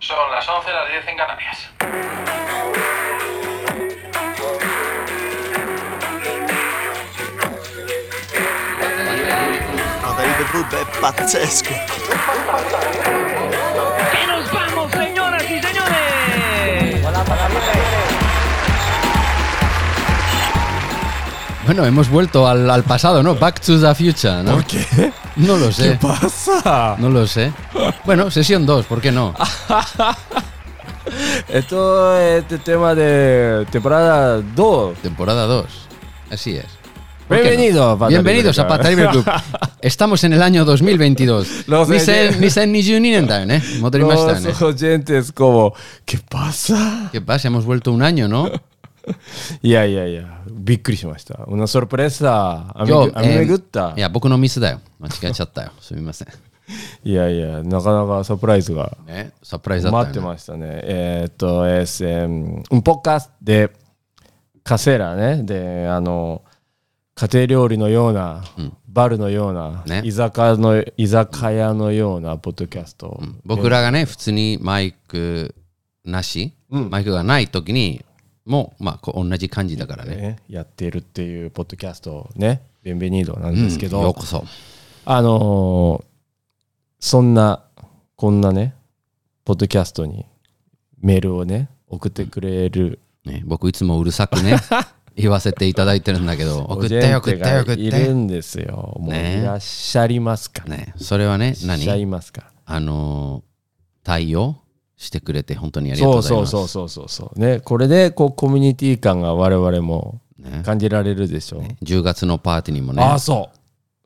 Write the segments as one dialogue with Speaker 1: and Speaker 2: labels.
Speaker 1: Son las 11, las 10 en Canarias.
Speaker 2: Madrid de Buda es pazzesco.
Speaker 3: ¡Que nos vamos, señoras y señores!
Speaker 4: Bueno, hemos vuelto al, al pasado, ¿no? Back to the future, ¿no?
Speaker 5: ¿Por qué?
Speaker 4: No lo
Speaker 5: ¿Qué
Speaker 4: sé.
Speaker 5: pasa?
Speaker 4: No lo sé. Bueno, sesión 2, ¿por qué no?
Speaker 5: Ah. Esto es este tema de temporada 2.
Speaker 4: Temporada 2. Así es. ¿Por qué no?
Speaker 5: Bienvenidos, Pata
Speaker 4: Bienvenidos a
Speaker 5: Libre,
Speaker 4: Pata Libre Club. Estamos en el año 2022.
Speaker 5: Los
Speaker 4: Ni
Speaker 5: de-
Speaker 4: sen- ni sen ni yun ni nentan, ¿eh? Motor y más
Speaker 5: Los
Speaker 4: tan, ¿eh?
Speaker 5: oyentes como, ¿qué pasa?
Speaker 4: ¿Qué pasa? Hemos vuelto un año, ¿no?
Speaker 5: Ya, ya, ya. びっくりしました。Una sorpresa. A mí, a mí me gusta.
Speaker 4: Ya, Eh, poco no misa da. Machica chatta. Sumimasen.
Speaker 5: Ya, ya. なかなかサプライズが
Speaker 4: ¿Eh? Surprise だったよね
Speaker 5: 待ってましたね。えーっと、es em, un podcast de casera ね。で、あの、家庭料理のような、バルのような、
Speaker 4: ね
Speaker 5: 居酒屋の居酒屋のようなポッドキャスト。
Speaker 4: 僕らがね、普通にマイクなし、
Speaker 5: うん
Speaker 4: マイクがない時にも、まあ、こう同じ感じだからね。
Speaker 5: ね、やっているっていうポッドキャストね、ベンベニードな
Speaker 4: うん
Speaker 5: んですけど、
Speaker 4: ようこそ。
Speaker 5: あのーそんな、こんなね、ポッドキャストにメールをね、送ってくれる、
Speaker 4: ね、僕いつもうるさく ね、言わせていただいてるんだけど、送ってよ、
Speaker 5: お
Speaker 4: 送
Speaker 5: ジェ
Speaker 4: ってよ、
Speaker 5: ンテ
Speaker 4: 送
Speaker 5: が
Speaker 4: って
Speaker 5: いる
Speaker 4: よ。
Speaker 5: んですよ。もう
Speaker 4: ね
Speaker 5: いらっしゃいますか
Speaker 4: ね、それはね、
Speaker 5: いらっしゃい
Speaker 4: 何
Speaker 5: ますか
Speaker 4: あのー、対応してくれて本当にありがとう
Speaker 5: そ
Speaker 4: ご
Speaker 5: う
Speaker 4: ざい
Speaker 5: そ
Speaker 4: ま
Speaker 5: う
Speaker 4: す。
Speaker 5: そうそうそうそう。ね、これでこうコミュニティ感が我々も
Speaker 4: ね
Speaker 5: 感じられるでしょう。
Speaker 4: 10月のパーティーにもね、
Speaker 5: ああ、そう。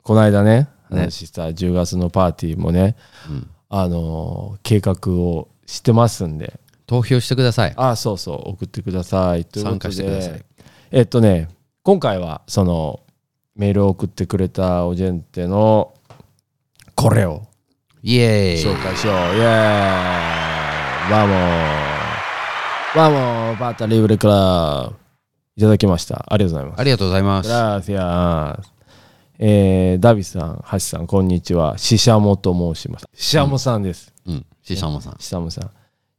Speaker 5: この間ね、
Speaker 4: ね
Speaker 5: 話した10月のパーティーもね、あのー計画をしてますんで、
Speaker 4: 投票してください。
Speaker 5: ああ、そうそう、送ってください。ということ
Speaker 4: 参
Speaker 5: で
Speaker 4: 加してください。
Speaker 5: えっとね、今回はそのメールを送ってくれたおジェンテのこれを
Speaker 4: イエー
Speaker 5: 紹
Speaker 4: イ。
Speaker 5: 介しよう。イエーイワモワモバータリブレクラブいただきました。ありがとうございます
Speaker 4: あ。りがとうございます。
Speaker 5: Gracias. えーダビさん、ハシさん、こんにちは。シシャモと申します。シシャモさんです。
Speaker 4: うん、シシャモさん。
Speaker 5: シシャモさん。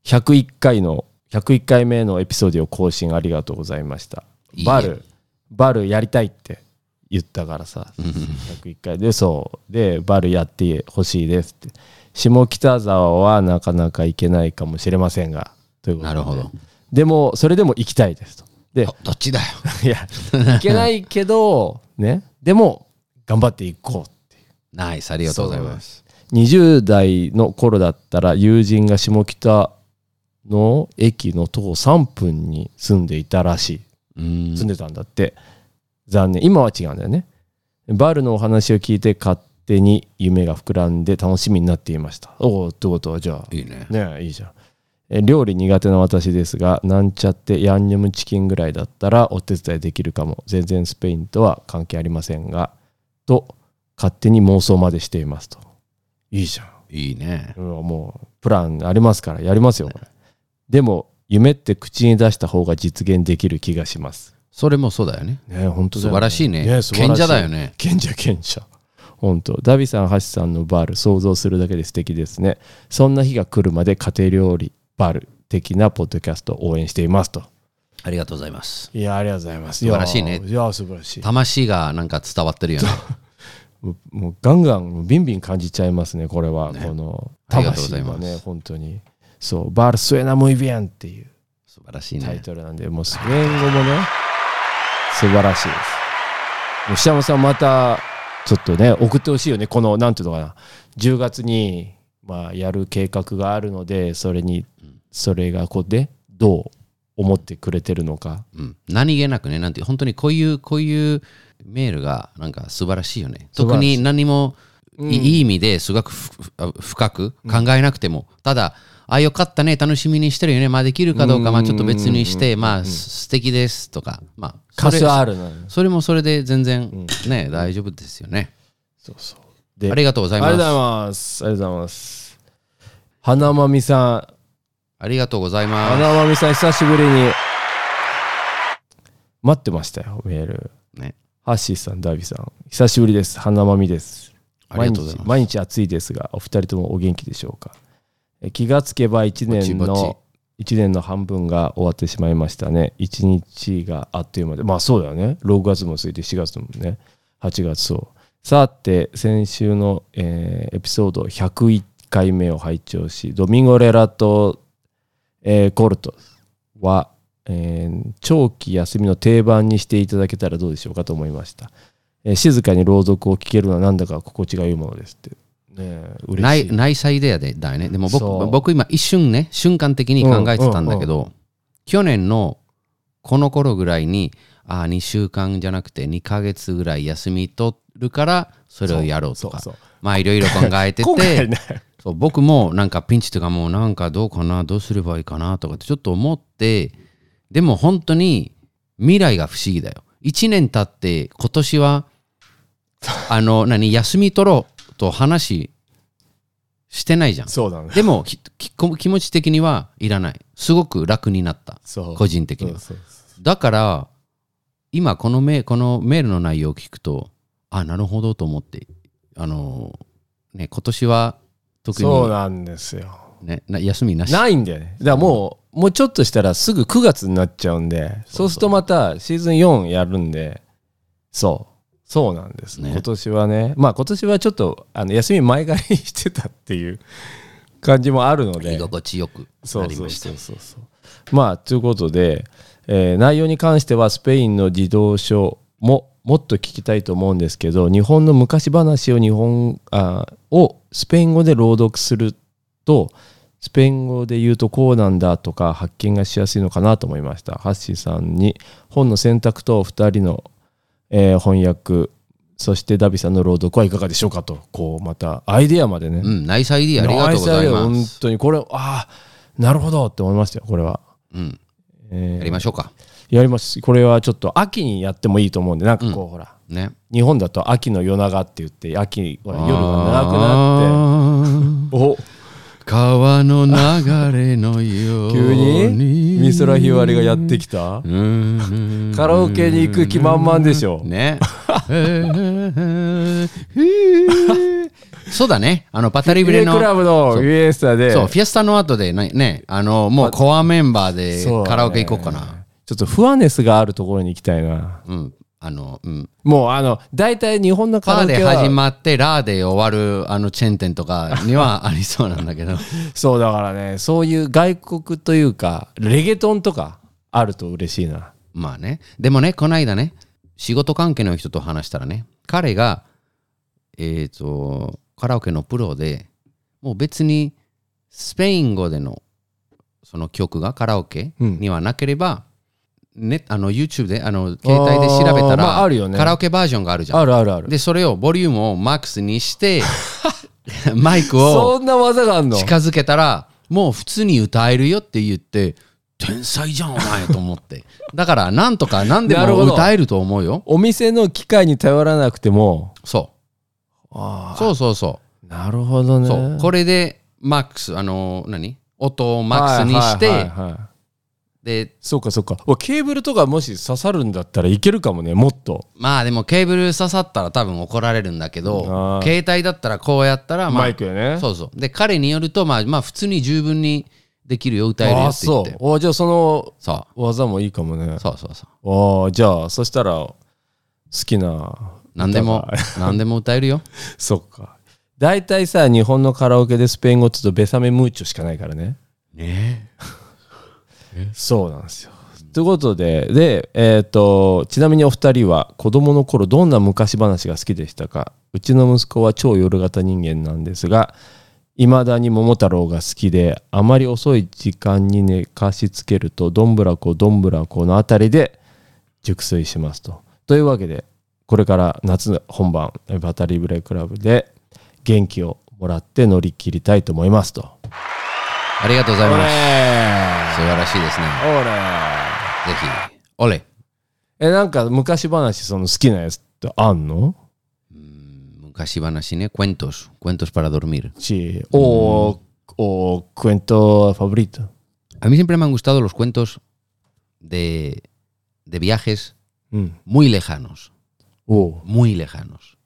Speaker 5: 101回の、101回目のエピソードを更新ありがとうございました。
Speaker 4: いいえ
Speaker 5: バル、バルやりたいって言ったからさ、101回で、そう、で、バルやってほしいですって。下北沢はなかなか行けないかもしれませんが、ということで。
Speaker 4: なるほど。
Speaker 5: でも、それでも行きたいです と。で、
Speaker 4: どどっちだよ。
Speaker 5: いや、いけないけど、ね、でも、頑張っていこうっていう。
Speaker 4: ナイス、ありがとうございます。
Speaker 5: 20代の頃だったら、友人が下北の駅の徒歩3分に住んでいたらし
Speaker 4: う
Speaker 5: い。
Speaker 4: ん
Speaker 5: 住んでたんだって。残念。今は違うんだよね。バルのお話を聞いて、勝手に夢が膨らんで楽しみになっていました。おお、ってことは、じゃあ、
Speaker 4: いいね。
Speaker 5: ねえいいじゃんえ料理苦手な私ですがなんちゃってヤンニョムチキンぐらいだったらお手伝いできるかも全然スペインとは関係ありませんがと勝手に妄想までしていますといいじゃん
Speaker 4: いいね。
Speaker 5: うんもうプランありますからやりますよこれでも夢って口に出した方が実現できる気がします
Speaker 4: それもそうだよね。
Speaker 5: ねえ本当だ
Speaker 4: 素
Speaker 5: よ
Speaker 4: 晴らしいね。
Speaker 5: ねえ素晴らしい
Speaker 4: 賢者だよね。
Speaker 5: 賢者賢者本当ダビさんハシさんのバール想像するだけで素敵ですねそんな日が来るまで家庭料理バール的なポッドキャストを応援していますと
Speaker 4: ありがとうございます。
Speaker 5: いやありがとうございます
Speaker 4: 素晴らしいね
Speaker 5: いや素晴らしい
Speaker 4: 魂がなんか伝わってるよね。
Speaker 5: もうもうガンガンビンビン感じちゃいますねこれは、この
Speaker 4: ありがとうござい
Speaker 5: 魂
Speaker 4: ます
Speaker 5: はね本当にそうバールスエナムイビアンっていう
Speaker 4: 素晴らしい
Speaker 5: タイ
Speaker 4: ね。
Speaker 5: トルなんで、もうスペイン語もね、素晴らしいです。牛山さん、また、ちょっとね、送ってほしいよね。この、なんていうのかな、10月に、まあ、やる計画があるので、それに、それがこうで、どう思ってくれてるのか。
Speaker 4: うん、何気なくね、なんて本当にこういう、こういうメールがなんか素晴らしいよね。
Speaker 5: 素晴
Speaker 4: 特
Speaker 5: らしい
Speaker 4: に何もい,、いい意味ですごくふふあ深く考えなくても、ただ、あ、よかったね、楽しみにしてるよね、まあできるかどうか、まあちょっと別にして、まあす素敵ですとか、まあ、
Speaker 5: カ
Speaker 4: それ
Speaker 5: スアールなの。
Speaker 4: それもそれで全然ね、大丈夫ですよね。
Speaker 5: そうそう。で
Speaker 4: ありがとうございま
Speaker 5: あり
Speaker 4: す
Speaker 5: がとう。ございます。ありがとうございます。花まみさん、
Speaker 4: ありがとうございま
Speaker 5: 花まみさん、久しぶりに、待ってましたよ、メール。
Speaker 4: す。ね、
Speaker 5: ハッシーさん、ダービーさん、久しぶりです。花まみです。
Speaker 4: ありがとうございます
Speaker 5: 毎日毎日暑いですが、お二人ともお元気でしょうか。え気がつけば1年
Speaker 4: ぼちぼち
Speaker 5: の一年の半分が終わってしまいましたね1日があっという間でまあそうだよね6月も過ぎて7月もね8月そうさて先週の、えーエピソード101回目を拝聴しドミンゴ・レラと、えーコルトは、えー長期休みの定番にしていただけたらどうでしょうかと思いました、えー静かに朗読を聞けるのはなんだか心地がいいものですってねえ嬉し
Speaker 4: 内
Speaker 5: い
Speaker 4: 内イデアでだよね。でも僕
Speaker 5: そう
Speaker 4: 僕今一瞬ね、瞬間的に考えてたんだけど、去年のこの頃ぐらいに、ああ、2週間じゃなくて2ヶ月ぐらい休み取るから、それをやろうとか、
Speaker 5: そうそう
Speaker 4: まあいろいろ考えて
Speaker 5: 今回
Speaker 4: て、
Speaker 5: ね
Speaker 4: そう僕もなんかピンチとかもうなんかどうかな、どうすればいいかなとかってちょっと思って、でも本当に未来が不思議だよ。1年経って今年 は、あの、何、休み取ろうと話してないじゃん。
Speaker 5: そうだね
Speaker 4: でもきき気持ち的にはいらない。すごく楽になった。
Speaker 5: そう
Speaker 4: 個人的には。
Speaker 5: そうそう
Speaker 4: だから今このメこのメールの内容を聞くとあなるほどと思ってあのね今年は特
Speaker 5: そう
Speaker 4: に、
Speaker 5: なんですよ
Speaker 4: ね、な休みなし
Speaker 5: ないんだよねだからもう、もうちょっとしたらすぐ9月になっちゃうんでそうするとまたシーズン4やるんでそうそうなんです、
Speaker 4: ね
Speaker 5: 今年はねまあ今年はちょっとあの休み前借りしてたっていう感じもあるので
Speaker 4: 居心地よく
Speaker 5: そ
Speaker 4: な
Speaker 5: う
Speaker 4: り
Speaker 5: そ
Speaker 4: ま
Speaker 5: う
Speaker 4: した
Speaker 5: そうそうそう。まあということで、えー内容に関してはスペインの児童書ももっと聞きたいと思うんですけど日本の昔話を日本あをスペイン語で朗読するとスペイン語で言うとこうなんだとか発見がしやすいのかなと思いました。ハッシーさんに本の選択と2人の、えー翻訳そしてダビさんの朗読はいかがでしょうかとこうまたアイデアまでね、
Speaker 4: うんナイスアイディアありがとうございま
Speaker 5: ナイス
Speaker 4: す、
Speaker 5: アイデア本当にこれああなるほどって思いましたよこれは、
Speaker 4: うん、
Speaker 5: え
Speaker 4: や
Speaker 5: ー
Speaker 4: りましょうか
Speaker 5: やりますこれはちょっと秋にやってもいいと思うんでなんかこう、ほら
Speaker 4: ね
Speaker 5: 日本だと秋の夜長って言って秋ほら夜が長くなって
Speaker 4: 長くなって
Speaker 5: お
Speaker 4: 川の流れのように
Speaker 5: 急に美空ひばりがやってきた
Speaker 4: うん
Speaker 5: カラオケに行く気満々でしょ
Speaker 4: ね。そうだね。あの、パタリブ
Speaker 5: ビ
Speaker 4: レ
Speaker 5: レク
Speaker 4: の。
Speaker 5: ラブの
Speaker 4: そう
Speaker 5: イエスタで
Speaker 4: そう、フィエスタの後でね、ね、あの、もうコアメンバーで
Speaker 5: そう
Speaker 4: カラオケ行こうかな。
Speaker 5: ちょっと不安ネスがあるところに行きたいな
Speaker 4: うん。あの、うん。
Speaker 5: もうあの大体日本のカ
Speaker 4: パ
Speaker 5: ラ
Speaker 4: ー
Speaker 5: オケ
Speaker 4: で
Speaker 5: は
Speaker 4: 始まって、ラーで終わる、あの、チェーン店とかにはありそうなんだけ ど。
Speaker 5: そうだからねそういう外国というかレゲトンとかあると嬉しいな
Speaker 4: まあね。でもね、この間ね、仕事関係の人と話したらね、彼が、えっ、と、カラオケのプロで、もう別にスペイン語でのその曲がカラオケ
Speaker 5: うん
Speaker 4: にはなければ、ね、あの YouTube であの携帯で調べたら、
Speaker 5: まああるよね
Speaker 4: カラオケバージョンがあるじゃん。
Speaker 5: あるあるある
Speaker 4: で、それをボリュームをマックスに して、マイクを
Speaker 5: そんな技があんの
Speaker 4: 近づけたらもう普通に歌えるよって言って天才じゃんお前と思って だからなんとか何で
Speaker 5: なるほ
Speaker 4: も
Speaker 5: ど
Speaker 4: 歌えると思うよ
Speaker 5: お店の機械に頼らなくても
Speaker 4: そ
Speaker 5: あ
Speaker 4: うそうそうそ
Speaker 5: あなるほど
Speaker 4: う
Speaker 5: ね
Speaker 4: そうこれでマックスあの何音をマックスにして、
Speaker 5: はいはいはいはい
Speaker 4: で
Speaker 5: そうかそうかうわケーブルとかもし刺さるんだったらいけるかもねもっと
Speaker 4: まあでもケーブル刺さったら多分怒られるんだけ
Speaker 5: あ
Speaker 4: ど
Speaker 5: ー
Speaker 4: 携帯だったらこうやったら、まあ、
Speaker 5: マイクよね
Speaker 4: そうそうで彼によるとまあまあ普通に十分にできるよ歌えるよ
Speaker 5: ああ
Speaker 4: って言
Speaker 5: そ
Speaker 4: っ
Speaker 5: う
Speaker 4: て
Speaker 5: おじゃあその
Speaker 4: そ
Speaker 5: 技もいいかもね
Speaker 4: うそうそうそう
Speaker 5: ああじゃあそしたら好きな
Speaker 4: 何でも何でも歌えるよ
Speaker 5: そっか大体さ日本のカラオケでスペイン語って言うとベサメムーチョしかないからね
Speaker 4: ね
Speaker 5: そうなんですよ。ということで、で、えっ、と、ちなみにお二人は子供の頃どんな昔話が好きでしたかうちの息子は超夜型人間なんですが、いまだに桃太郎が好きで、あまり遅い時間に寝かしつけると、どんぶらこどんぶらこのあたりで熟睡しますと。というわけで、これから夏本番、バタリブレクラブで元気をもらって乗り切りたいと思いますと。
Speaker 4: ありがとうござい
Speaker 5: おれ
Speaker 4: ます
Speaker 5: ー
Speaker 4: 素晴らしいですね
Speaker 5: おれー
Speaker 4: ぜひ。俺、
Speaker 5: えなんか昔話その好きなやつってあんの
Speaker 4: 昔話ね、cuentos, cuentos para dormir.
Speaker 5: Sí. O, o cuento favorito.
Speaker 4: A mí siempre me han gustado los cuentos de, de viajes
Speaker 5: うん。
Speaker 4: muy lejanos,
Speaker 5: おう
Speaker 4: muy lejanos,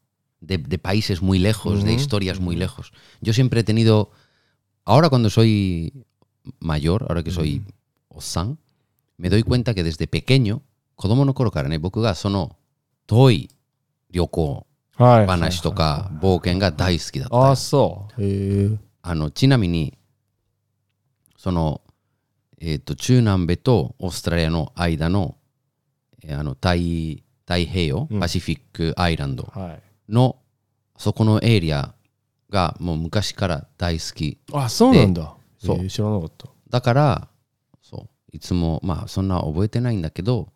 Speaker 4: de, de países muy lejos, de historias muy lejos. Yo siempre he tenido ahora cuando soy mayor, ahora que soy oっさん、me doy cuenta que desde pequeño, 子供の頃からね、僕がその遠い旅行
Speaker 5: はい
Speaker 4: 話とか冒険が大好きだった。
Speaker 5: ああそうへえ
Speaker 4: あのちなみにその、えー、と中南米とオーストラリアの間の,、えーあの太太平洋、
Speaker 5: うん
Speaker 4: パシフィックアイランド
Speaker 5: はい
Speaker 4: のそこのエリアがもう昔から大好き
Speaker 5: あそうなんだ
Speaker 4: でそう
Speaker 5: へえ知らなかった
Speaker 4: だからそういつもまあそんな覚えてないんだけど、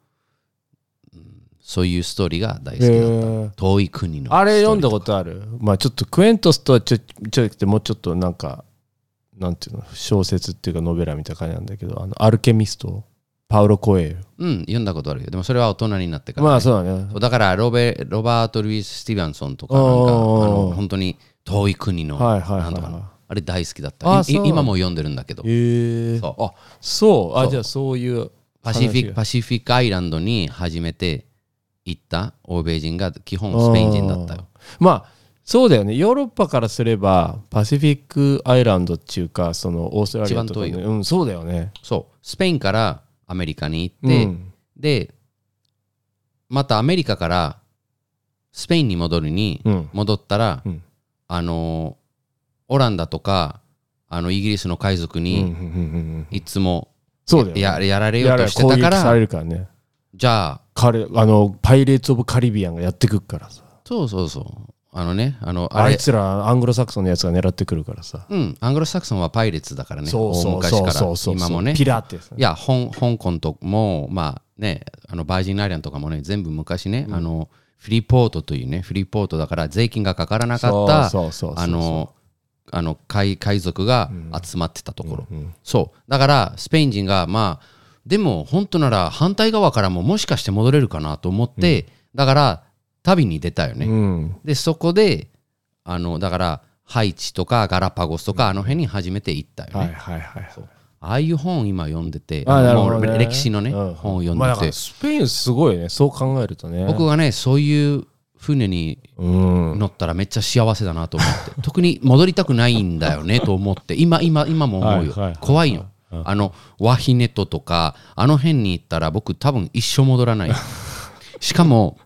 Speaker 4: うんそういうストーリーが大好きだった、
Speaker 5: へえ
Speaker 4: 遠い国の
Speaker 5: あれ読んだ
Speaker 4: ストーリー
Speaker 5: ことあるまあちょっとクエントスとはちょちょいくてもうちょっとなんかなんていうの小説っていうかノベラみたいな感じなんだけどあのアルケミストパウロ・コエル
Speaker 4: うん読んだことあるよでもそれは大人になってから、
Speaker 5: まあそうだね
Speaker 4: そうだからロベロバート・ルイス・スティヴァンソンとか
Speaker 5: あ
Speaker 4: なんかあ
Speaker 5: ー
Speaker 4: の本当に遠い国の
Speaker 5: はいはい
Speaker 4: な
Speaker 5: はい
Speaker 4: んとか
Speaker 5: は
Speaker 4: のあれ大好きだっ
Speaker 5: あ
Speaker 4: た
Speaker 5: ー
Speaker 4: い
Speaker 5: そう
Speaker 4: 今も読んでるんだけど
Speaker 5: いへえ
Speaker 4: そう
Speaker 5: そう
Speaker 4: そ
Speaker 5: あ
Speaker 4: う
Speaker 5: じゃあそういう
Speaker 4: パシフィック
Speaker 5: 話が
Speaker 4: パシフィックアイランドに初めて行った欧米人が基本スペイン人だったよ
Speaker 5: まあそうだよねヨーロッパからすればパシフィックアイランドっていうかそのオーストラリアとか、ね、
Speaker 4: 一番遠い
Speaker 5: うんそうだよね
Speaker 4: そうスペインからアメリカに行って、
Speaker 5: うん
Speaker 4: でまたアメリカからスペインに戻るに
Speaker 5: うん
Speaker 4: 戻ったら、
Speaker 5: うん
Speaker 4: あのオランダとかあのイギリスの海賊
Speaker 5: うんうんう
Speaker 4: に
Speaker 5: んうん
Speaker 4: いつも、
Speaker 5: そうだよね
Speaker 4: ややられよ
Speaker 5: や
Speaker 4: う
Speaker 5: ら
Speaker 4: と
Speaker 5: れ
Speaker 4: してたか
Speaker 5: 攻撃さ
Speaker 4: ら
Speaker 5: れるからね
Speaker 4: じゃあ
Speaker 5: 彼あのパイレーツ・オブ・カリビアンがやってくるからさ
Speaker 4: そうそうそうあのねあの
Speaker 5: あ
Speaker 4: あれ
Speaker 5: いつらアングロサクソンのやつが狙ってくるからさ、
Speaker 4: うんアングロサクソンはパイレーツだからね
Speaker 5: そう
Speaker 4: 大
Speaker 5: そう
Speaker 4: 昔か
Speaker 5: そう
Speaker 4: ら
Speaker 5: そうそう
Speaker 4: 今もね
Speaker 5: ピラーってやつね
Speaker 4: いや香香港ともまあねあのバージンアイランドとかもね全部昔ね、あのフリーポートというねフリーポートだから税金がかからなかった
Speaker 5: そうそうそうそう
Speaker 4: あのあの海海賊が集まってたところ、そうだからスペイン人がまあでも本当なら反対側からももしかして戻れるかなと思って、だから旅に出たよね、
Speaker 5: うん
Speaker 4: でそこであのだからハイチとかガラパゴスとかあの辺に初めて行ったよね、
Speaker 5: はいはいはい
Speaker 4: ああいう本今読んでて
Speaker 5: あなるほどね
Speaker 4: もう歴史のね、
Speaker 5: うん
Speaker 4: 本を読ん
Speaker 5: まあだか
Speaker 4: で
Speaker 5: ら
Speaker 4: て、
Speaker 5: スペインすごいねそう考えるとね
Speaker 4: 僕がねそういう船に
Speaker 5: うん
Speaker 4: 乗ったらめっちゃ幸せだなと思って 特に戻りたくないんだよ ねと思って今今今も思うよ、
Speaker 5: はいはいはい
Speaker 4: 怖いよ、あのワヒネトとかあの辺に行ったら僕多分一生戻らない しかも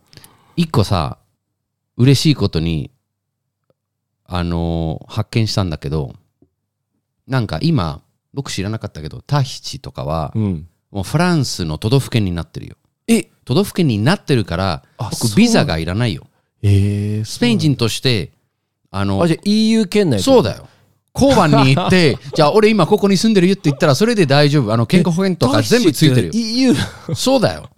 Speaker 4: 一個さ嬉しいことにあのー発見したんだけどなんか今僕知らなかったけどタヒチとかは、
Speaker 5: うん
Speaker 4: もうフランスの都道府県になってるよ
Speaker 5: え
Speaker 4: 都道府県になってるから
Speaker 5: あ
Speaker 4: 僕ビザがいらないよ
Speaker 5: ええ
Speaker 4: スペイン人として、あの
Speaker 5: あ、じゃあ EU 圏内
Speaker 4: そうだよ。交番に行 って、じゃあ俺今ここに住んでるよって言ったら、それで大丈夫。あの、健康保険とか全部ついてるよ。
Speaker 5: EU
Speaker 4: そうだよ。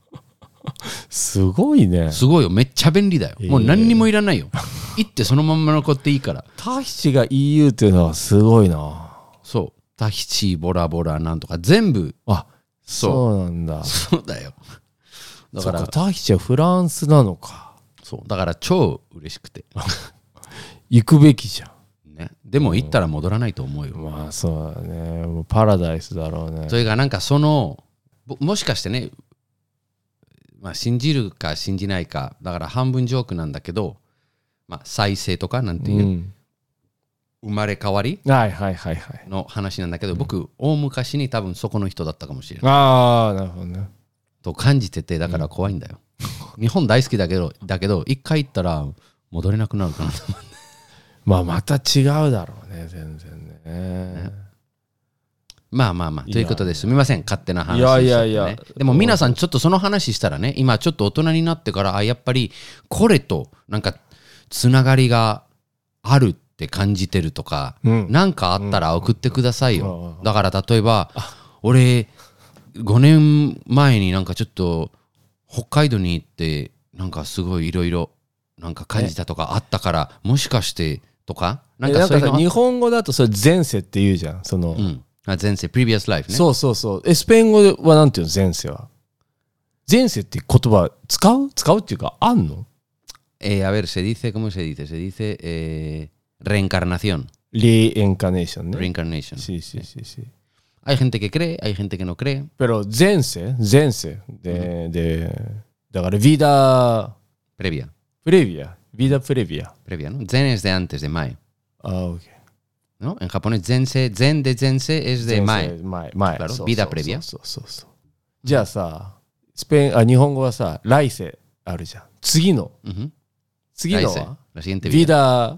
Speaker 5: すごいね
Speaker 4: すごいよ。めっちゃ便利だよ。
Speaker 5: え
Speaker 4: もう何にもいらないよ。行ってそのまんま残っていいから。
Speaker 5: タヒチが EU っていうのはすごいな
Speaker 4: そう。タヒチ、ボラボラ、なんとか、全部。
Speaker 5: あ
Speaker 4: そう
Speaker 5: そうなんだ
Speaker 4: そうだよ。だか、
Speaker 5: そっからタヒチはフランスなのか
Speaker 4: そう。だから超嬉しくて。
Speaker 5: 行くべきじゃん
Speaker 4: ね。でも行ったら戻らないと思うよ。
Speaker 5: まあそうだねもうパラダイスだろうね
Speaker 4: それがなんかそのぼもしかしてね、まあ、信じるか信じないかだから半分ジョークなんだけど、まあ、再生とかなんていうう、
Speaker 5: ん
Speaker 4: 生まれ変わり
Speaker 5: はいはいはいはい
Speaker 4: の話なんだけど僕大昔に多分そこの人だったかもしれない
Speaker 5: ああなるほどね
Speaker 4: と感じててだから怖いんだよ、日本大好きだけどだけど一回行ったら戻れなくなるかなと思って
Speaker 5: まあまた違うだろうね全然ね
Speaker 4: まあまあまあ
Speaker 5: いや
Speaker 4: ということですみません勝手な話
Speaker 5: いやいやいや
Speaker 4: しちゃってねでも皆さんちょっとその話したらね今ちょっと大人になってからあやっぱりこれとなんかつながりがあるって感じてるとか、
Speaker 5: うん
Speaker 4: なんかあったら送ってくださいよ、
Speaker 5: う
Speaker 4: だから例えば俺5年前になんかちょっと北海道に行ってなんかすごいいろいろなんか感じたとかあったからもしかしてとかなん
Speaker 5: え
Speaker 4: かそういうの
Speaker 5: さ日本語だとそれ前世って言うじゃんその、
Speaker 4: うんあ前世 previous life ね
Speaker 5: そうそうそうえスペイン語はなんていうの前世は前世って言葉使う使うっていうかあんの
Speaker 4: Eh, a ver, se dice, ¿cómo se dice? Se dice eh, reencarnación.
Speaker 5: リエンカネーションね
Speaker 4: Reincarnation.
Speaker 5: しししし
Speaker 4: Hay gente que cree, hay gente que no cree.
Speaker 5: ペロ前世前世で、でだからビダ
Speaker 4: Previa.
Speaker 5: プレビアビダプレビア
Speaker 4: Previa, ¿no? Zen es de antes, de Mae.
Speaker 5: あーオッケー
Speaker 4: ¿no? En japonés, zense, zen de zense es de
Speaker 5: 前
Speaker 4: mae.
Speaker 5: 前前
Speaker 4: Claro,
Speaker 5: そう
Speaker 4: vida
Speaker 5: そう
Speaker 4: previa
Speaker 5: そうそうそうじゃあさスペインあ日本語はさ来世あるじゃん次の
Speaker 4: Ujú.
Speaker 5: 次の
Speaker 4: Rise,
Speaker 5: は
Speaker 4: la siguiente ah. vida.
Speaker 5: ビダ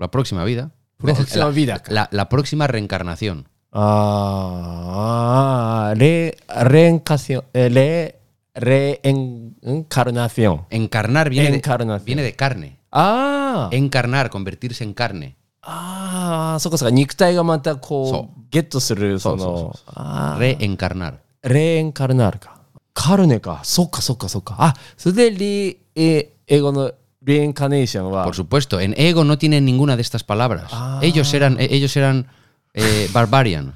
Speaker 4: La próxima vida.
Speaker 5: プロフェッショ ナ
Speaker 4: La,
Speaker 5: ルビダか
Speaker 4: la- la próxima reencarnación. Ah,
Speaker 5: あーあーレレンカショ
Speaker 4: eh,
Speaker 5: ンえレレエンんカルナション
Speaker 4: Encarnar viene, de,
Speaker 5: Encarnación.
Speaker 4: viene de carne. Ah.
Speaker 5: あー
Speaker 4: Encarnar, convertirse en carne.
Speaker 5: あーそっかそっか肉体がまた
Speaker 4: そ
Speaker 5: こうゲットする
Speaker 4: そ
Speaker 5: そ
Speaker 4: うそう
Speaker 5: の
Speaker 4: Ah.
Speaker 5: あー
Speaker 4: Reencarnar.
Speaker 5: レーンカルナールか。カルネか。そっかそっかそっか。あ、それでリ、え英語のリエンカネーションは
Speaker 4: Por。supuesto, en ego no tienen ninguna de estas palabras. Ellos eran, eh, ellos eran eh, barbarian.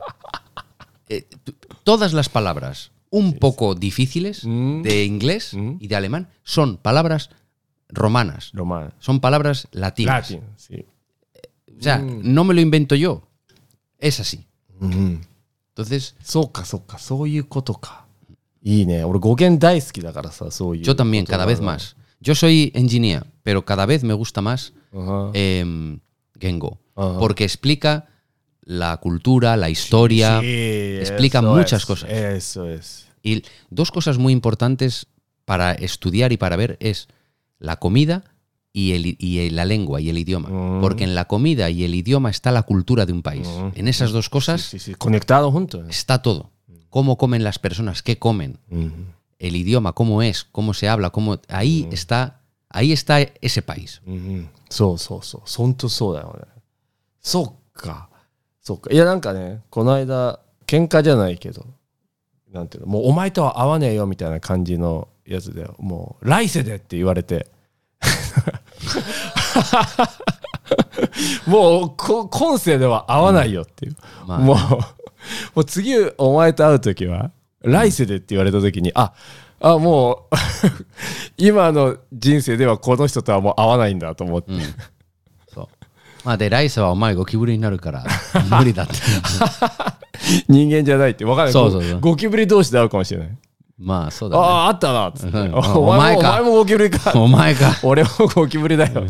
Speaker 4: Eh, t- todas las palabras un poco difíciles
Speaker 5: Mm.
Speaker 4: de inglés y de alemán son palabras romanas,
Speaker 5: ロマン。
Speaker 4: son palabras latinas.
Speaker 5: ラティン。sí
Speaker 4: O sea, no me lo invento yo. Es así. Entonces,
Speaker 5: そうかそっか。そういうことか。いいね。俺語源大好きだからさ、そういう。
Speaker 4: yo también, cada vez más. Yo soy engineer, pero cada vez me gusta más
Speaker 5: うん。
Speaker 4: em, Gengo.
Speaker 5: Ajá.
Speaker 4: Porque explica la cultura, la historia.
Speaker 5: Sí,
Speaker 4: explica
Speaker 5: eso
Speaker 4: muchas
Speaker 5: es,
Speaker 4: cosas.
Speaker 5: Eso es.
Speaker 4: Y dos cosas muy importantes para estudiar y para ver es la comida y, el- y la lengua y el idioma.
Speaker 5: Mm.
Speaker 4: Porque en la comida y el idioma está la cultura de un país.
Speaker 5: Mm.
Speaker 4: En esas dos cosas
Speaker 5: Sí, sí. Conectado junto. ¿eh?
Speaker 4: está todo. Cómo comen las personas, qué comen,
Speaker 5: Mm.
Speaker 4: el idioma, cómo es, cómo se habla, cómo... Ahí está... Ahí está ese país.
Speaker 5: うん、そうそうそうほんとそうだよねそうかそうかいやなんかねこの間喧嘩じゃないけどなんていうのもうお前とは合わねえよみたいな感じのやつでもう来世でって言われて もうこ 今世では合わないよっていう、
Speaker 4: まあ
Speaker 5: もう もう次お前と会う時は来世でって言われた時に、ああもう 今の人生ではこの人とはもう合わないんだと思って、
Speaker 4: まあ、で、来世はお前ゴキブリになる から、無理だって。
Speaker 5: 人間じゃないって分かんない
Speaker 4: そうそうそう
Speaker 5: ゴキブリ同士で会うかもしれない
Speaker 4: まあ、そう
Speaker 5: あ
Speaker 4: だ
Speaker 5: ああったなっつっ
Speaker 4: う
Speaker 5: て、
Speaker 4: ん
Speaker 5: お前も
Speaker 4: お前
Speaker 5: お
Speaker 4: か
Speaker 5: 前もゴキブリか
Speaker 4: ね。お前か。
Speaker 5: 俺もゴキブリだよ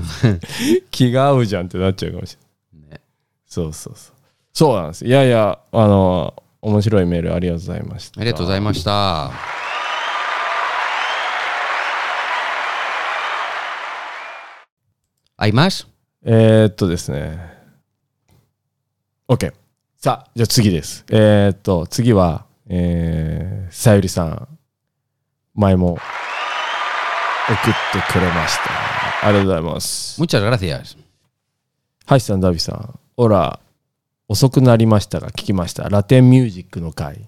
Speaker 5: 気が合うじゃんってなっちゃうかもしれない、そうそうそうそうなんですいやいやあの面白いメールありがとうございました
Speaker 4: ありがとうございました。¿Hay más?
Speaker 5: えー、っとですね。OK。さあ、じゃあ次です。えー、っと、次は、えー、さゆりさん。前も送ってくれました。ありがとうございます。
Speaker 4: Muchas gracias.
Speaker 5: ハシさん、ダビさん。オラ、遅くなりましたが、聞きました。ラテンミュージックの回。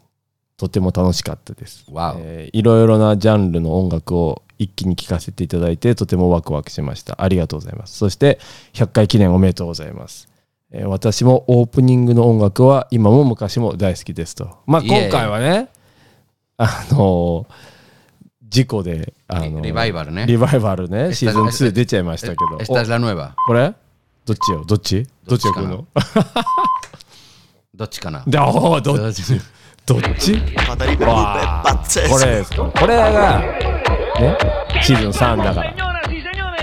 Speaker 5: とても楽しかったです。
Speaker 4: Wow.
Speaker 5: えーいろいろなジャンルの音楽を一気に聴かせていただいてとてもワクワクしましたありがとうございますそして100回記念おめでとうございます、えー私もオープニングの音楽は今も昔も大好きですとまあ
Speaker 4: いえいえ
Speaker 5: 今回はねあのー事故であのー
Speaker 4: リバイバルね
Speaker 5: リバイバルねシーズン
Speaker 4: Esta-
Speaker 5: 2出ちゃいましたけど
Speaker 4: ¿eh? Esta es
Speaker 5: お
Speaker 4: la nueva.
Speaker 5: これどっちよどっち
Speaker 4: ど
Speaker 5: どっ
Speaker 4: っ
Speaker 5: ち
Speaker 4: ち
Speaker 5: よ
Speaker 4: か
Speaker 5: 来
Speaker 4: な
Speaker 5: るの
Speaker 4: どっちかな
Speaker 5: でおーどっちどっち
Speaker 2: Madrid del club es
Speaker 5: こ
Speaker 2: pazzesco.
Speaker 5: れですこれがねシーズン3だから
Speaker 3: Señoras y señores.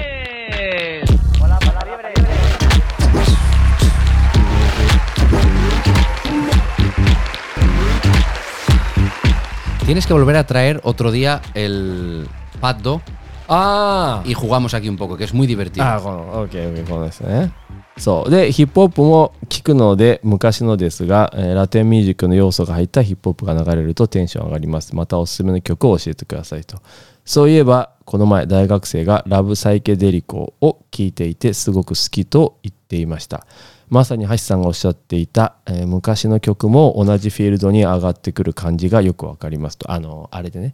Speaker 4: あ Tienes que volver a traer otro día el Pad Do
Speaker 5: あー
Speaker 4: y jugamos aquí un poco, que es muy divertido.
Speaker 5: あーこの OKOK このですねそうでヒップホップも聞くので昔のですが、えーラテンミュージックの要素が入ったヒップホップが流れるとテンション上がりますまたおすすめの曲を教えてくださいとそういえばこの前大学生がラブサイケデリコを聴いていてすごく好きと言っていましたまさに橋さんがおっしゃっていた、えー昔の曲も同じフィールドに上がってくる感じがよくわかりますとあのあれでね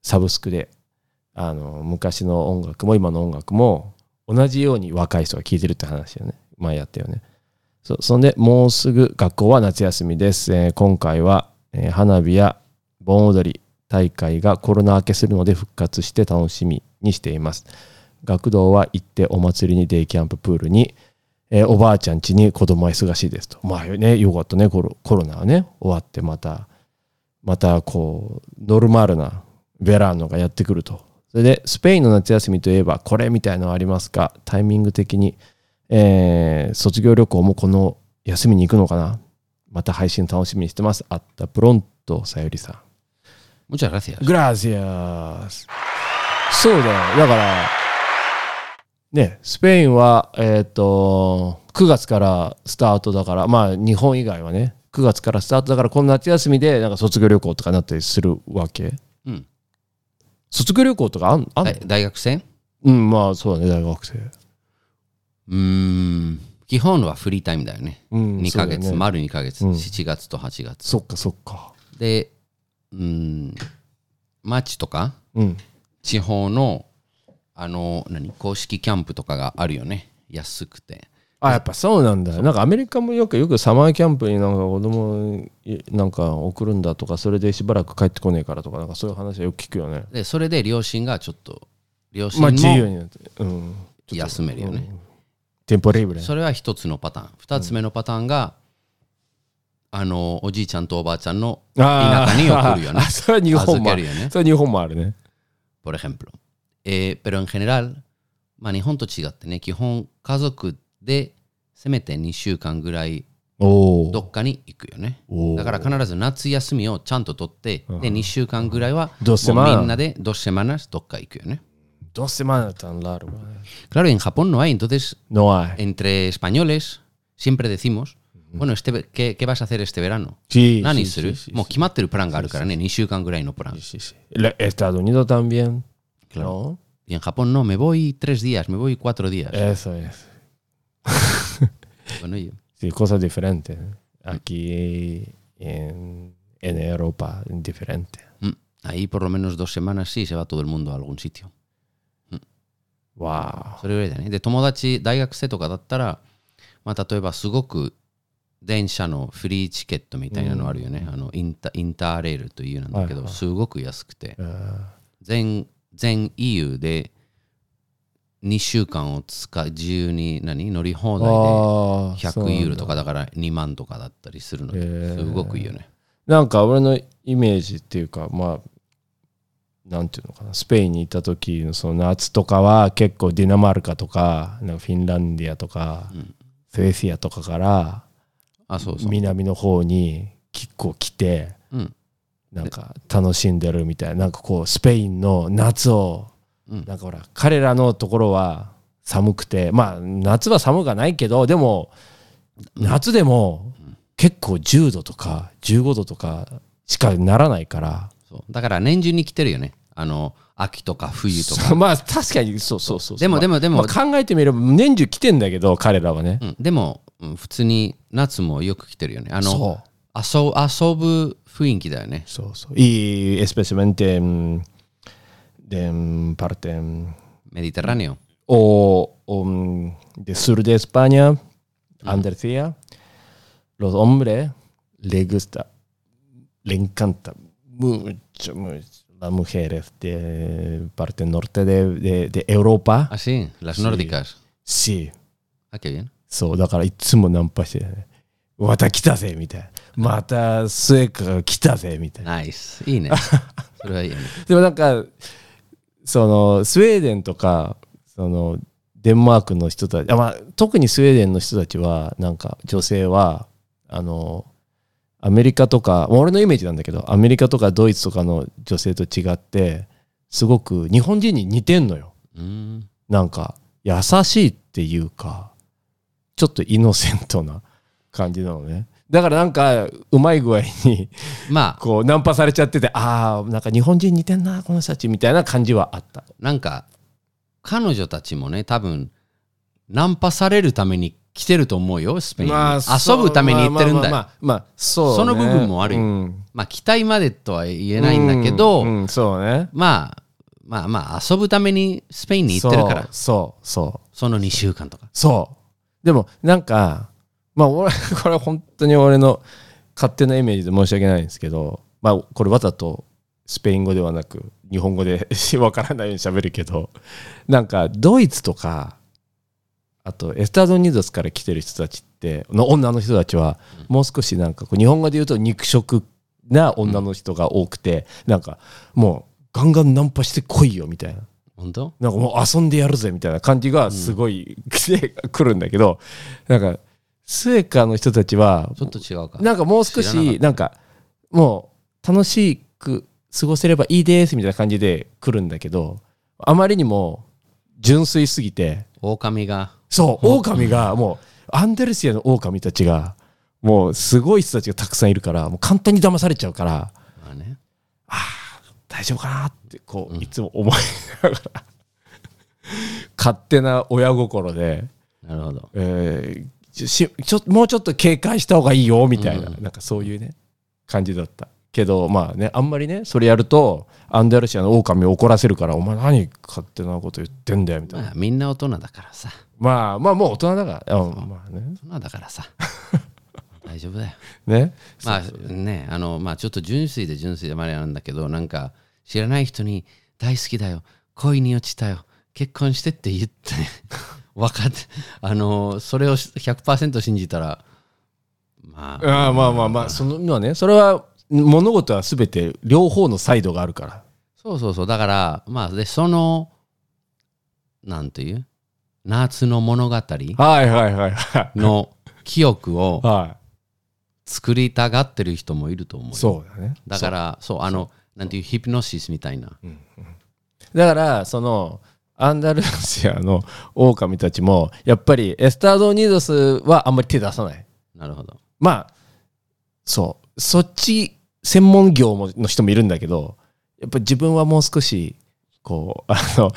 Speaker 5: サブスクであの昔の音楽も今の音楽も同じように若い人が聴いてるって話よね前やったよねそそんでもうすぐ学校は夏休みです、えー今回は、えー花火や盆踊り大会がコロナ明けするので復活して楽しみにしています学童は行ってお祭りにデイキャンププールに、えーおばあちゃん家に子供は忙しいですとまあねよかったねコロコロナはね終わってまたまたこうノルマルなベラーノがやってくるとそれでスペインの夏休みといえばこれみたいなのありますかタイミング的に、えー卒業旅行もこの休みに行くのかなまた配信楽しみにしてます。あったプロント、さゆりさん。
Speaker 4: Muchas gracias.
Speaker 5: グラシアス。そうだよ。だから、ね、スペインは、えっ、と、9月からスタートだから、まあ、日本以外はね、9月からスタートだから、この夏休みで、なんか卒業旅行とかなったりするわけ。
Speaker 4: うん
Speaker 5: 卒業旅行とかあんあんの、
Speaker 4: 大大学生
Speaker 5: うん、まあ、そうだね、大学生。
Speaker 4: うーん基本はフリータイムだよね。
Speaker 5: うん
Speaker 4: 2ヶ月、
Speaker 5: そうだね
Speaker 4: 丸2ヶ月、
Speaker 5: うん
Speaker 4: 7月と8月。
Speaker 5: そっか、そっか。
Speaker 4: で、うーん、町とか
Speaker 5: うん。
Speaker 4: 地方の、あの、何、公式キャンプとかがあるよね。安くて。
Speaker 5: あやっぱそうなんだなんかアメリカもよくよくサマーキャンプになんか子供いなんか送るんだとかそれでしばらく帰ってこねえからとかなんかそういう話はよく聞くよね
Speaker 4: で、それで両親がちょっと、両親
Speaker 5: まあ自由
Speaker 4: も
Speaker 5: になって、うん、
Speaker 4: 休めるよね。
Speaker 5: テンポレイブレ
Speaker 4: それは一つのパターン。二つ目のパターンが、あの、おじいちゃんとおばあちゃんの
Speaker 5: あ
Speaker 4: 田
Speaker 5: ー
Speaker 4: 舎に送るよね
Speaker 5: あ。それは日本もあ
Speaker 4: 預け
Speaker 5: る
Speaker 4: るよね
Speaker 5: それは日本もあるね
Speaker 4: por ejemplo. Eh, pero en general, まあ日本と違ってね、基本家族でせめて2週間ぐらい
Speaker 5: お
Speaker 4: どっかに行くよね。
Speaker 5: おー
Speaker 4: だから必ず夏休みをちゃんと取って、で2週間ぐらいはも
Speaker 5: Dos semanas
Speaker 4: うみんなで dos semanas どっか行くよね。
Speaker 5: どうせまだtan largo
Speaker 4: Claro, en Japón no hay, entonces
Speaker 5: no hay
Speaker 4: entre españoles siempre decimos, bueno, este, ve- ¿qué, qué vas a hacer este verano?
Speaker 5: sí
Speaker 4: 何
Speaker 5: sí,
Speaker 4: する
Speaker 5: sí, sí,
Speaker 4: もう決まってるプランがあるからね、2週間ぐらいのプラン。
Speaker 5: sí, sí. La- Estados Unidos también
Speaker 4: Claro.
Speaker 5: ¿no?
Speaker 4: Y en Japón no, me voy tres días, me voy cuatro días.
Speaker 5: eso es
Speaker 4: Bueno, yo-
Speaker 5: Sí, cosas diferentes. Aquí en, en Europa, diferente.
Speaker 4: Mm, Ahí por lo menos dos semanas sí se va todo el mundo a algún sitio. ¿eh?
Speaker 5: Wow.
Speaker 4: それぐらいだね。で、友達、大学生とかだったら、まあ、例えばすごく電車のフリーチケットみたい
Speaker 5: Mm.
Speaker 4: なのあるよね。あのインタインターレールというなんだけど、
Speaker 5: はいはい
Speaker 4: すごく安くて、
Speaker 5: Ah,
Speaker 4: 全全 EU で2週間を使う自由に何乗り放題
Speaker 5: ah,
Speaker 4: で
Speaker 5: そう
Speaker 4: 100ユーロとかだから2万とかだったりするので、
Speaker 5: へー
Speaker 4: すごくいいよね。
Speaker 5: なんか俺のイメージっていうか、まあ、なんていうのかな、スペインに行った時のその夏とかは結構ディナマルカとか、なんかフィンランディアとか、
Speaker 4: うん
Speaker 5: スウェシアとかから
Speaker 4: あ、そうそう。
Speaker 5: 南の方に結構来て、
Speaker 4: うん
Speaker 5: なんか楽しんでるみたいななんかこうスペインの夏を、
Speaker 4: うん
Speaker 5: なんかほら彼らのところは寒くてまあ夏は寒がないけどでも夏でも結構10度とか15度とかしかならないから
Speaker 4: そうだから年中に来てるよね。あの秋とか冬とか。
Speaker 5: まあ確かにそうそうそう
Speaker 4: でも
Speaker 5: まあ
Speaker 4: でもでも
Speaker 5: まあ考えてみれば年中来てんだけど彼らはね、
Speaker 4: うん、でも、うん普通に夏もよく来てるよね。あの
Speaker 5: そ
Speaker 4: 遊遊ぶ雰囲気だよね。
Speaker 5: そうそういいエスペシャメンテでんパルテン
Speaker 4: メディテラネオ。
Speaker 5: o, o, mm, de sur de España, Andalucía, los hombres les gusta, le encanta mucho, mucho las mujeres de parte norte de, de, de Europa.
Speaker 4: あ、sí, las nórdicas.
Speaker 5: Sí,
Speaker 4: Ah, qué bien.
Speaker 5: そう、だからいつもナンパしてたね。また来たぜみたいな。またスエカが来たぜみたいな。
Speaker 4: Nice. いいね。それはいいよね。
Speaker 5: でもなんか、そのスウェーデンとか、そのデンマークの人たち、あまあ、特にスウェーデンの人たちは、なんか女性は、あの、アメリカとか、まあ俺のイメージなんだけど、アメリカとかドイツとかの女性と違って、すごく日本人に似てんのよ。
Speaker 4: うん。
Speaker 5: なんか、優しいっていうか、ちょっとイノセントな感じなのね。だからなんか、うまい具合に、
Speaker 4: まあ、
Speaker 5: こうナンパされちゃっててああなんか日本人似てんなこの人たちみたいな感じはあった
Speaker 4: なんか、彼女たちもね、多分、ナンパされるために来てると思うよ、スペインに。遊ぶために行ってるんだ
Speaker 5: ま
Speaker 4: よ。
Speaker 5: あまあまあ、まあそうね
Speaker 4: その部分もあるよ
Speaker 5: うん
Speaker 4: まあ、期待までとは言えないんだけど、
Speaker 5: うんうんそうね
Speaker 4: まあ、まあまあ、遊ぶためにスペインに行ってるから、
Speaker 5: そうそうそう
Speaker 4: その2週間とか。
Speaker 5: そうでもなんかまあ俺 これ本当に俺の勝手なイメージで申し訳ないんですけどまあこれわざとスペイン語ではなく日本語で わからないように喋るけどなんかドイツとかあとエスタドニードスから来てる人たちっての女の人たちはもう少しなんかこう日本語で言うと肉食な女の人が多くてなんかもうガンガンナンパしてこいよみたいな
Speaker 4: 本当
Speaker 5: なん かもう遊んでやるぜみたいな感じがすごい来てくるんだけど、なんかスエカの人たちは
Speaker 4: ちょっと違うか。
Speaker 5: なんかもう少
Speaker 4: 知らなかっ
Speaker 5: したなんかもう楽しく過ごせればいいですみたいな感じで来るんだけどあまりにも純粋すぎて
Speaker 4: 狼が。
Speaker 5: そう狼がもうアンデルシアの狼たちがもうすごい人たちがたくさんいるからもう簡単に騙されちゃうから
Speaker 4: まあね。
Speaker 5: 大丈夫かなってこういつも思いながら 勝手な親心で
Speaker 4: なるほど。
Speaker 5: えーちょしちょもうちょっと警戒した方がいいよみたいな,、
Speaker 4: うん
Speaker 5: なんかそういうね感じだったけどまあねあんまりねそれやるとアンダルシアの狼を怒らせるから「お前何勝手なこと言ってんだよ」みたい
Speaker 4: ま
Speaker 5: な
Speaker 4: あ、みんな大人だからさ。
Speaker 5: まあまあもう大人だから、うんまあね
Speaker 4: 大人だから さ。大丈夫だよ。
Speaker 5: ね
Speaker 4: まあね、あの、まあちょっと純粋で純粋でまりなんだけど、なんか知らない人に大好きだよ、恋に落ちたよ、結婚してって言って、 分かって、あの、それを100%信じたら、まあ、
Speaker 5: あーまあまあまあそのまあねそれは物事は全て両方のサイドがあるから
Speaker 4: そうそうそう、だから、まあ、で、その、なんていう、夏の物語
Speaker 5: はいはいはいはい
Speaker 4: の記憶を
Speaker 5: は
Speaker 4: 作りたがってる人もいると思う
Speaker 5: い
Speaker 4: よ。
Speaker 5: そうだね
Speaker 4: だから、そう、あの、なんていう、ヒプノシスみたいな。
Speaker 5: だからそのアンダルシアの狼たちもやっぱりエスタード・ニードスはあんまり手出さない
Speaker 4: なるほど。
Speaker 5: まあそうそっち専門業もの人もいるんだけどやっぱ自分はもう少しこう あの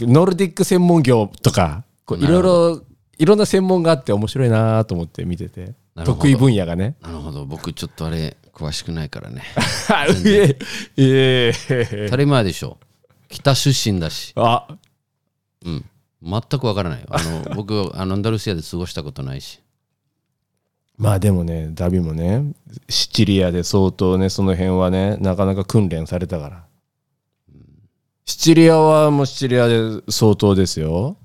Speaker 5: ノルディック専門業とかこうい
Speaker 4: なる
Speaker 5: ろ
Speaker 4: ほ
Speaker 5: いろいろんな専門があって面白いなと思って見てて
Speaker 4: なるほど
Speaker 5: 得意分野 がね
Speaker 4: なるほど僕ちょっとあれ詳しくないからね
Speaker 5: あう えええ
Speaker 4: 当たり前でしょ北出身だし
Speaker 5: あ
Speaker 4: 全くわからないよあの 僕あのアンダルシアで過ごしたことないし
Speaker 5: まあでもねダビもねシチリアで相当ねその辺はねなかなか訓練されたからシチリアはもうシチリアで相当ですよ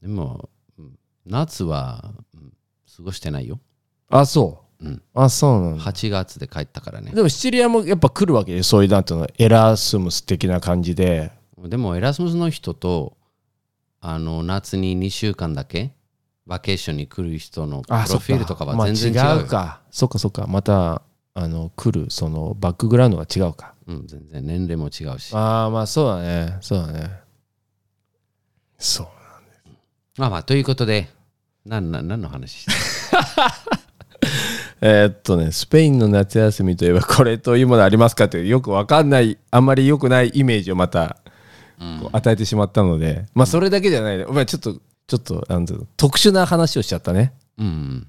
Speaker 4: でもうん夏はうん過ごしてないよ
Speaker 5: あそう、
Speaker 4: うん
Speaker 5: あそうなんだ
Speaker 4: 8月で帰ったからね
Speaker 5: でもシチリアもやっぱ来るわけでそういうなんていうのエラスムス的な感じで
Speaker 4: でもエラスムスの人とあの夏に2週間だけバケーションに来る人のプロ
Speaker 5: あ
Speaker 4: フィールとか
Speaker 5: そっ
Speaker 4: は
Speaker 5: まあ
Speaker 4: 全然違う,、
Speaker 5: 違うかそっかそっかまたあの来るそのバックグラウンドが違うか
Speaker 4: うん、全然年齢も違うし
Speaker 5: ああまあそうだねそうだねそう
Speaker 4: まあまあということでなんなん何の話してる
Speaker 5: えーっとね、スペインの夏休みといえばこれというものありますかというよくわかんない、あんまり良くないイメージをまたこう与えてしまったので、まあそれだけじゃない、まあちょっと、ちょっと、なんていうの特殊な話をしちゃったね。
Speaker 4: うん、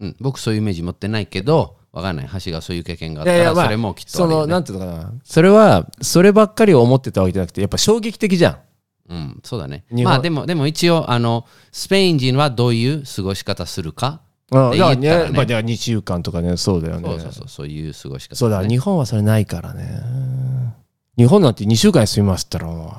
Speaker 4: うん、僕そういうイメージ持ってないけどわかんない橋がそういう経験があったら
Speaker 5: まあ
Speaker 4: それもきっと
Speaker 5: そ
Speaker 4: あれ
Speaker 5: の、
Speaker 4: よね、
Speaker 5: なんていうのかな、それは、そればっかりを思ってたわけじゃなくて、やっぱ衝撃的じゃん。
Speaker 4: うん、そうだね
Speaker 5: 日本
Speaker 4: まあでもでも一応あのスペイン人はどういう過ごし方するか
Speaker 5: うん、だからね
Speaker 4: 言ったらね
Speaker 5: まあ、じゃあ2週間とかね、そうだよね。
Speaker 4: そうそうそうそういう過ごし方、ね、
Speaker 5: そうだ、日本はそれないからね。日本なんて2週間で済みますって言ったら、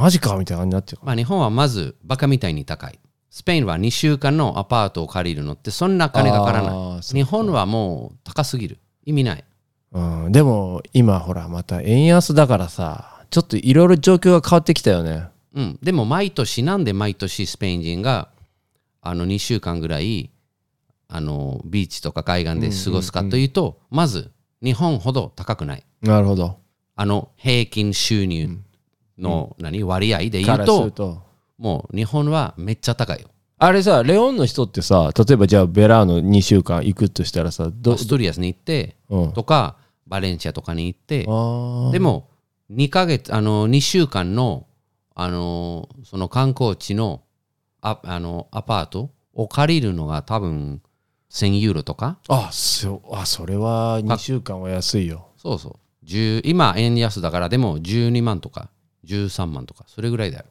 Speaker 5: マジかみたいな感じになっちゃうから。
Speaker 4: まあ日本はまずバカみたいに高いスペインは2週間のアパートを借りるのってそんな金がから
Speaker 5: あ
Speaker 4: な
Speaker 5: ー
Speaker 4: い
Speaker 5: そっか
Speaker 4: 日本はもう高すぎる意味ない
Speaker 5: うん、でも今ほらまた円安だからさちょっといろいろ状況が変わってきたよね
Speaker 4: うん、でも毎年なんで毎年スペイン人があの2週間ぐらいあのビーチとか海岸で過ごすかというと、まず日本ほど高くない
Speaker 5: なるほど
Speaker 4: あの平均収入の何割合で言
Speaker 5: か
Speaker 4: う
Speaker 5: らす
Speaker 4: と,、
Speaker 5: ると
Speaker 4: もう日本はめっちゃ高いよ
Speaker 5: あれさレオンの人ってさ例えばじゃあベラーノ2週間行くとしたらさど
Speaker 4: アストリアスに行って
Speaker 5: うん
Speaker 4: とかバレンシアとかに行って
Speaker 5: あー
Speaker 4: でも2ヶ月あの2週間のあのその観光地のああのアパートを借りるのが多分1000ユーロとか
Speaker 5: あそうあそれは2週間は安いよ
Speaker 4: そうそう10今円安だからでも12万とか13万とかそれぐらいだよ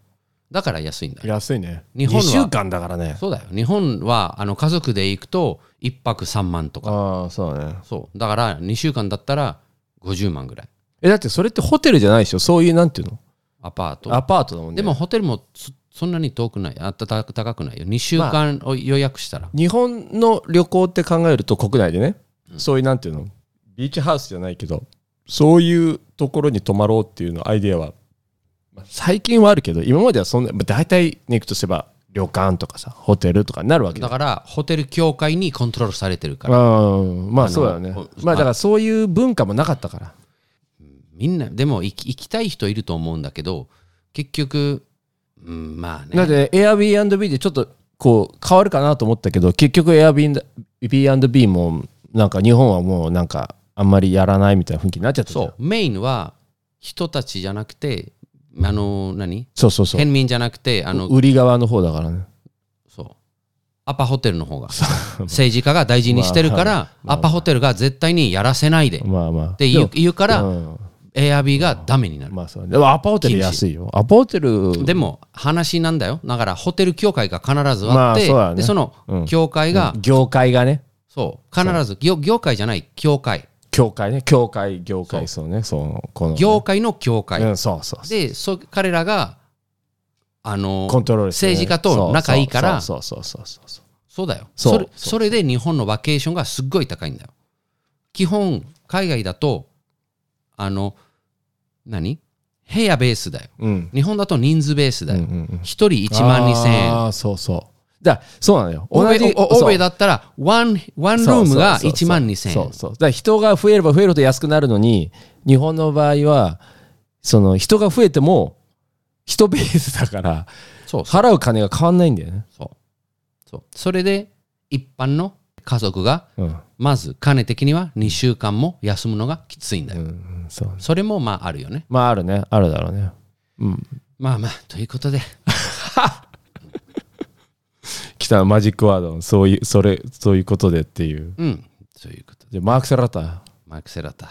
Speaker 4: だから安いんだよ
Speaker 5: 安いね
Speaker 4: 日本は
Speaker 5: 2週間だからね
Speaker 4: そうだよ日本はあの家族で行くと1泊3万とか
Speaker 5: ああそうだね
Speaker 4: そうだから2週間だったら50万ぐらい
Speaker 5: えだってそれってホテルじゃないでしょそういうなんていうの
Speaker 4: アパート
Speaker 5: アパートだもんね
Speaker 4: でもホテルもそそんなに遠くないあたた高くないよ2週間を予約したら、
Speaker 5: 日本の旅行って考えると国内でね、そういうなんていうのビーチハウスじゃないけどそういうところに泊まろうっていうのアイデアは、まあ最近はあるけど今まではそんなまあ大体ね行くとすれば旅館とかさホテルとかになるわけ
Speaker 4: だ
Speaker 5: だ
Speaker 4: からホテル協会にコントロールされてるから
Speaker 5: うんまあ
Speaker 4: の
Speaker 5: そうだよね
Speaker 4: ほ
Speaker 5: まあだからそういう文化もなかったから
Speaker 4: みんなでも行き行きたい人いると思うんだけど結局、うん、まあね
Speaker 5: だって Airbnb でちょっとこう変わるかなと思ったけど結局 Airbnb もなんか日本はもうなんかあんまりやらないみたいな雰囲気になっちゃったじゃん
Speaker 4: そうメインは人たちじゃなくてあの何
Speaker 5: そうそうそう
Speaker 4: 県民じゃなくてあの
Speaker 5: 売り側の方だからね
Speaker 4: そうアパホテルの方が政治家が大事にしてるから、アパホテルが絶対にやらせないでっ
Speaker 5: まあまあ
Speaker 4: て言う言うから、
Speaker 5: うん、
Speaker 4: Airb がダメになる、
Speaker 5: まあそうでもアパホテル安いよアパホテル
Speaker 4: でも話なんだよだからホテル協会が必ず
Speaker 5: ま
Speaker 4: あ
Speaker 5: あ
Speaker 4: って、
Speaker 5: そうだね
Speaker 4: でその
Speaker 5: うん
Speaker 4: 協会が、
Speaker 5: 業界がね
Speaker 4: そう必ず業業界じゃない協会
Speaker 5: 協会ね協会業界そうねそうこの
Speaker 4: 業界の協会、
Speaker 5: うん、そうそうそう
Speaker 4: でそ彼らがあの
Speaker 5: コントロールしてね
Speaker 4: 政治家と仲いいからそう
Speaker 5: そうそうそうそうそう
Speaker 4: だよ
Speaker 5: そう
Speaker 4: それ
Speaker 5: そう
Speaker 4: それで日本のバケーションがすっごい高いんだよ基本海外だとあの何部屋ベースだよ
Speaker 5: そううん
Speaker 4: 日本だと人数ベースだよ、
Speaker 5: うんうんうん
Speaker 4: 一1人1万2000
Speaker 5: あ
Speaker 4: 円
Speaker 5: あそうそうだそうなのよ
Speaker 4: 欧米お欧米
Speaker 5: だ
Speaker 4: だったらワンワンルームが1万2000円
Speaker 5: そうそうだから人が増えれば増えるほど安くなるのに日本の場合はその人が増えても人ベースだから
Speaker 4: そうそう
Speaker 5: 払う金が変わんないんだよね
Speaker 4: そうそうそれで一般の家族が
Speaker 5: うん
Speaker 4: まず金的には2週間も休むのがきついんだよ、
Speaker 5: うんそう
Speaker 4: それもまああるよね
Speaker 5: まああるねあるだろうねうん
Speaker 4: まあまあということで
Speaker 5: 来たマジックワードそういうそれそういうことでっていう
Speaker 4: うんそういうことで
Speaker 5: じゃあマーク・セラタ
Speaker 4: マーク・セラタ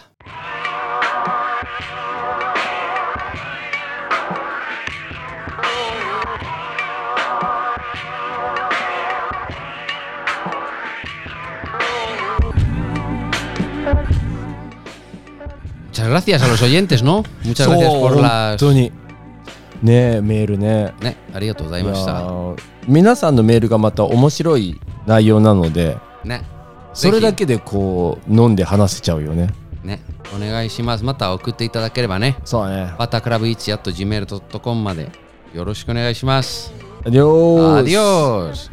Speaker 4: Muchas gracias a los oyentes, ¿no? Muchas gracias por
Speaker 5: 本
Speaker 4: las...
Speaker 5: 当にねえメールね
Speaker 4: ね、ありがとうございまし
Speaker 5: いや
Speaker 4: た。
Speaker 5: ー皆さんのメールがまた面白い内容なので
Speaker 4: ね。
Speaker 5: それだけでこう飲んで話せちゃうよね
Speaker 4: ね、お願いします。また送っていただければね。
Speaker 5: そうね
Speaker 4: バタクラブ1 at gmail.com までよろしくお願いします。
Speaker 5: アディオース
Speaker 4: アディオース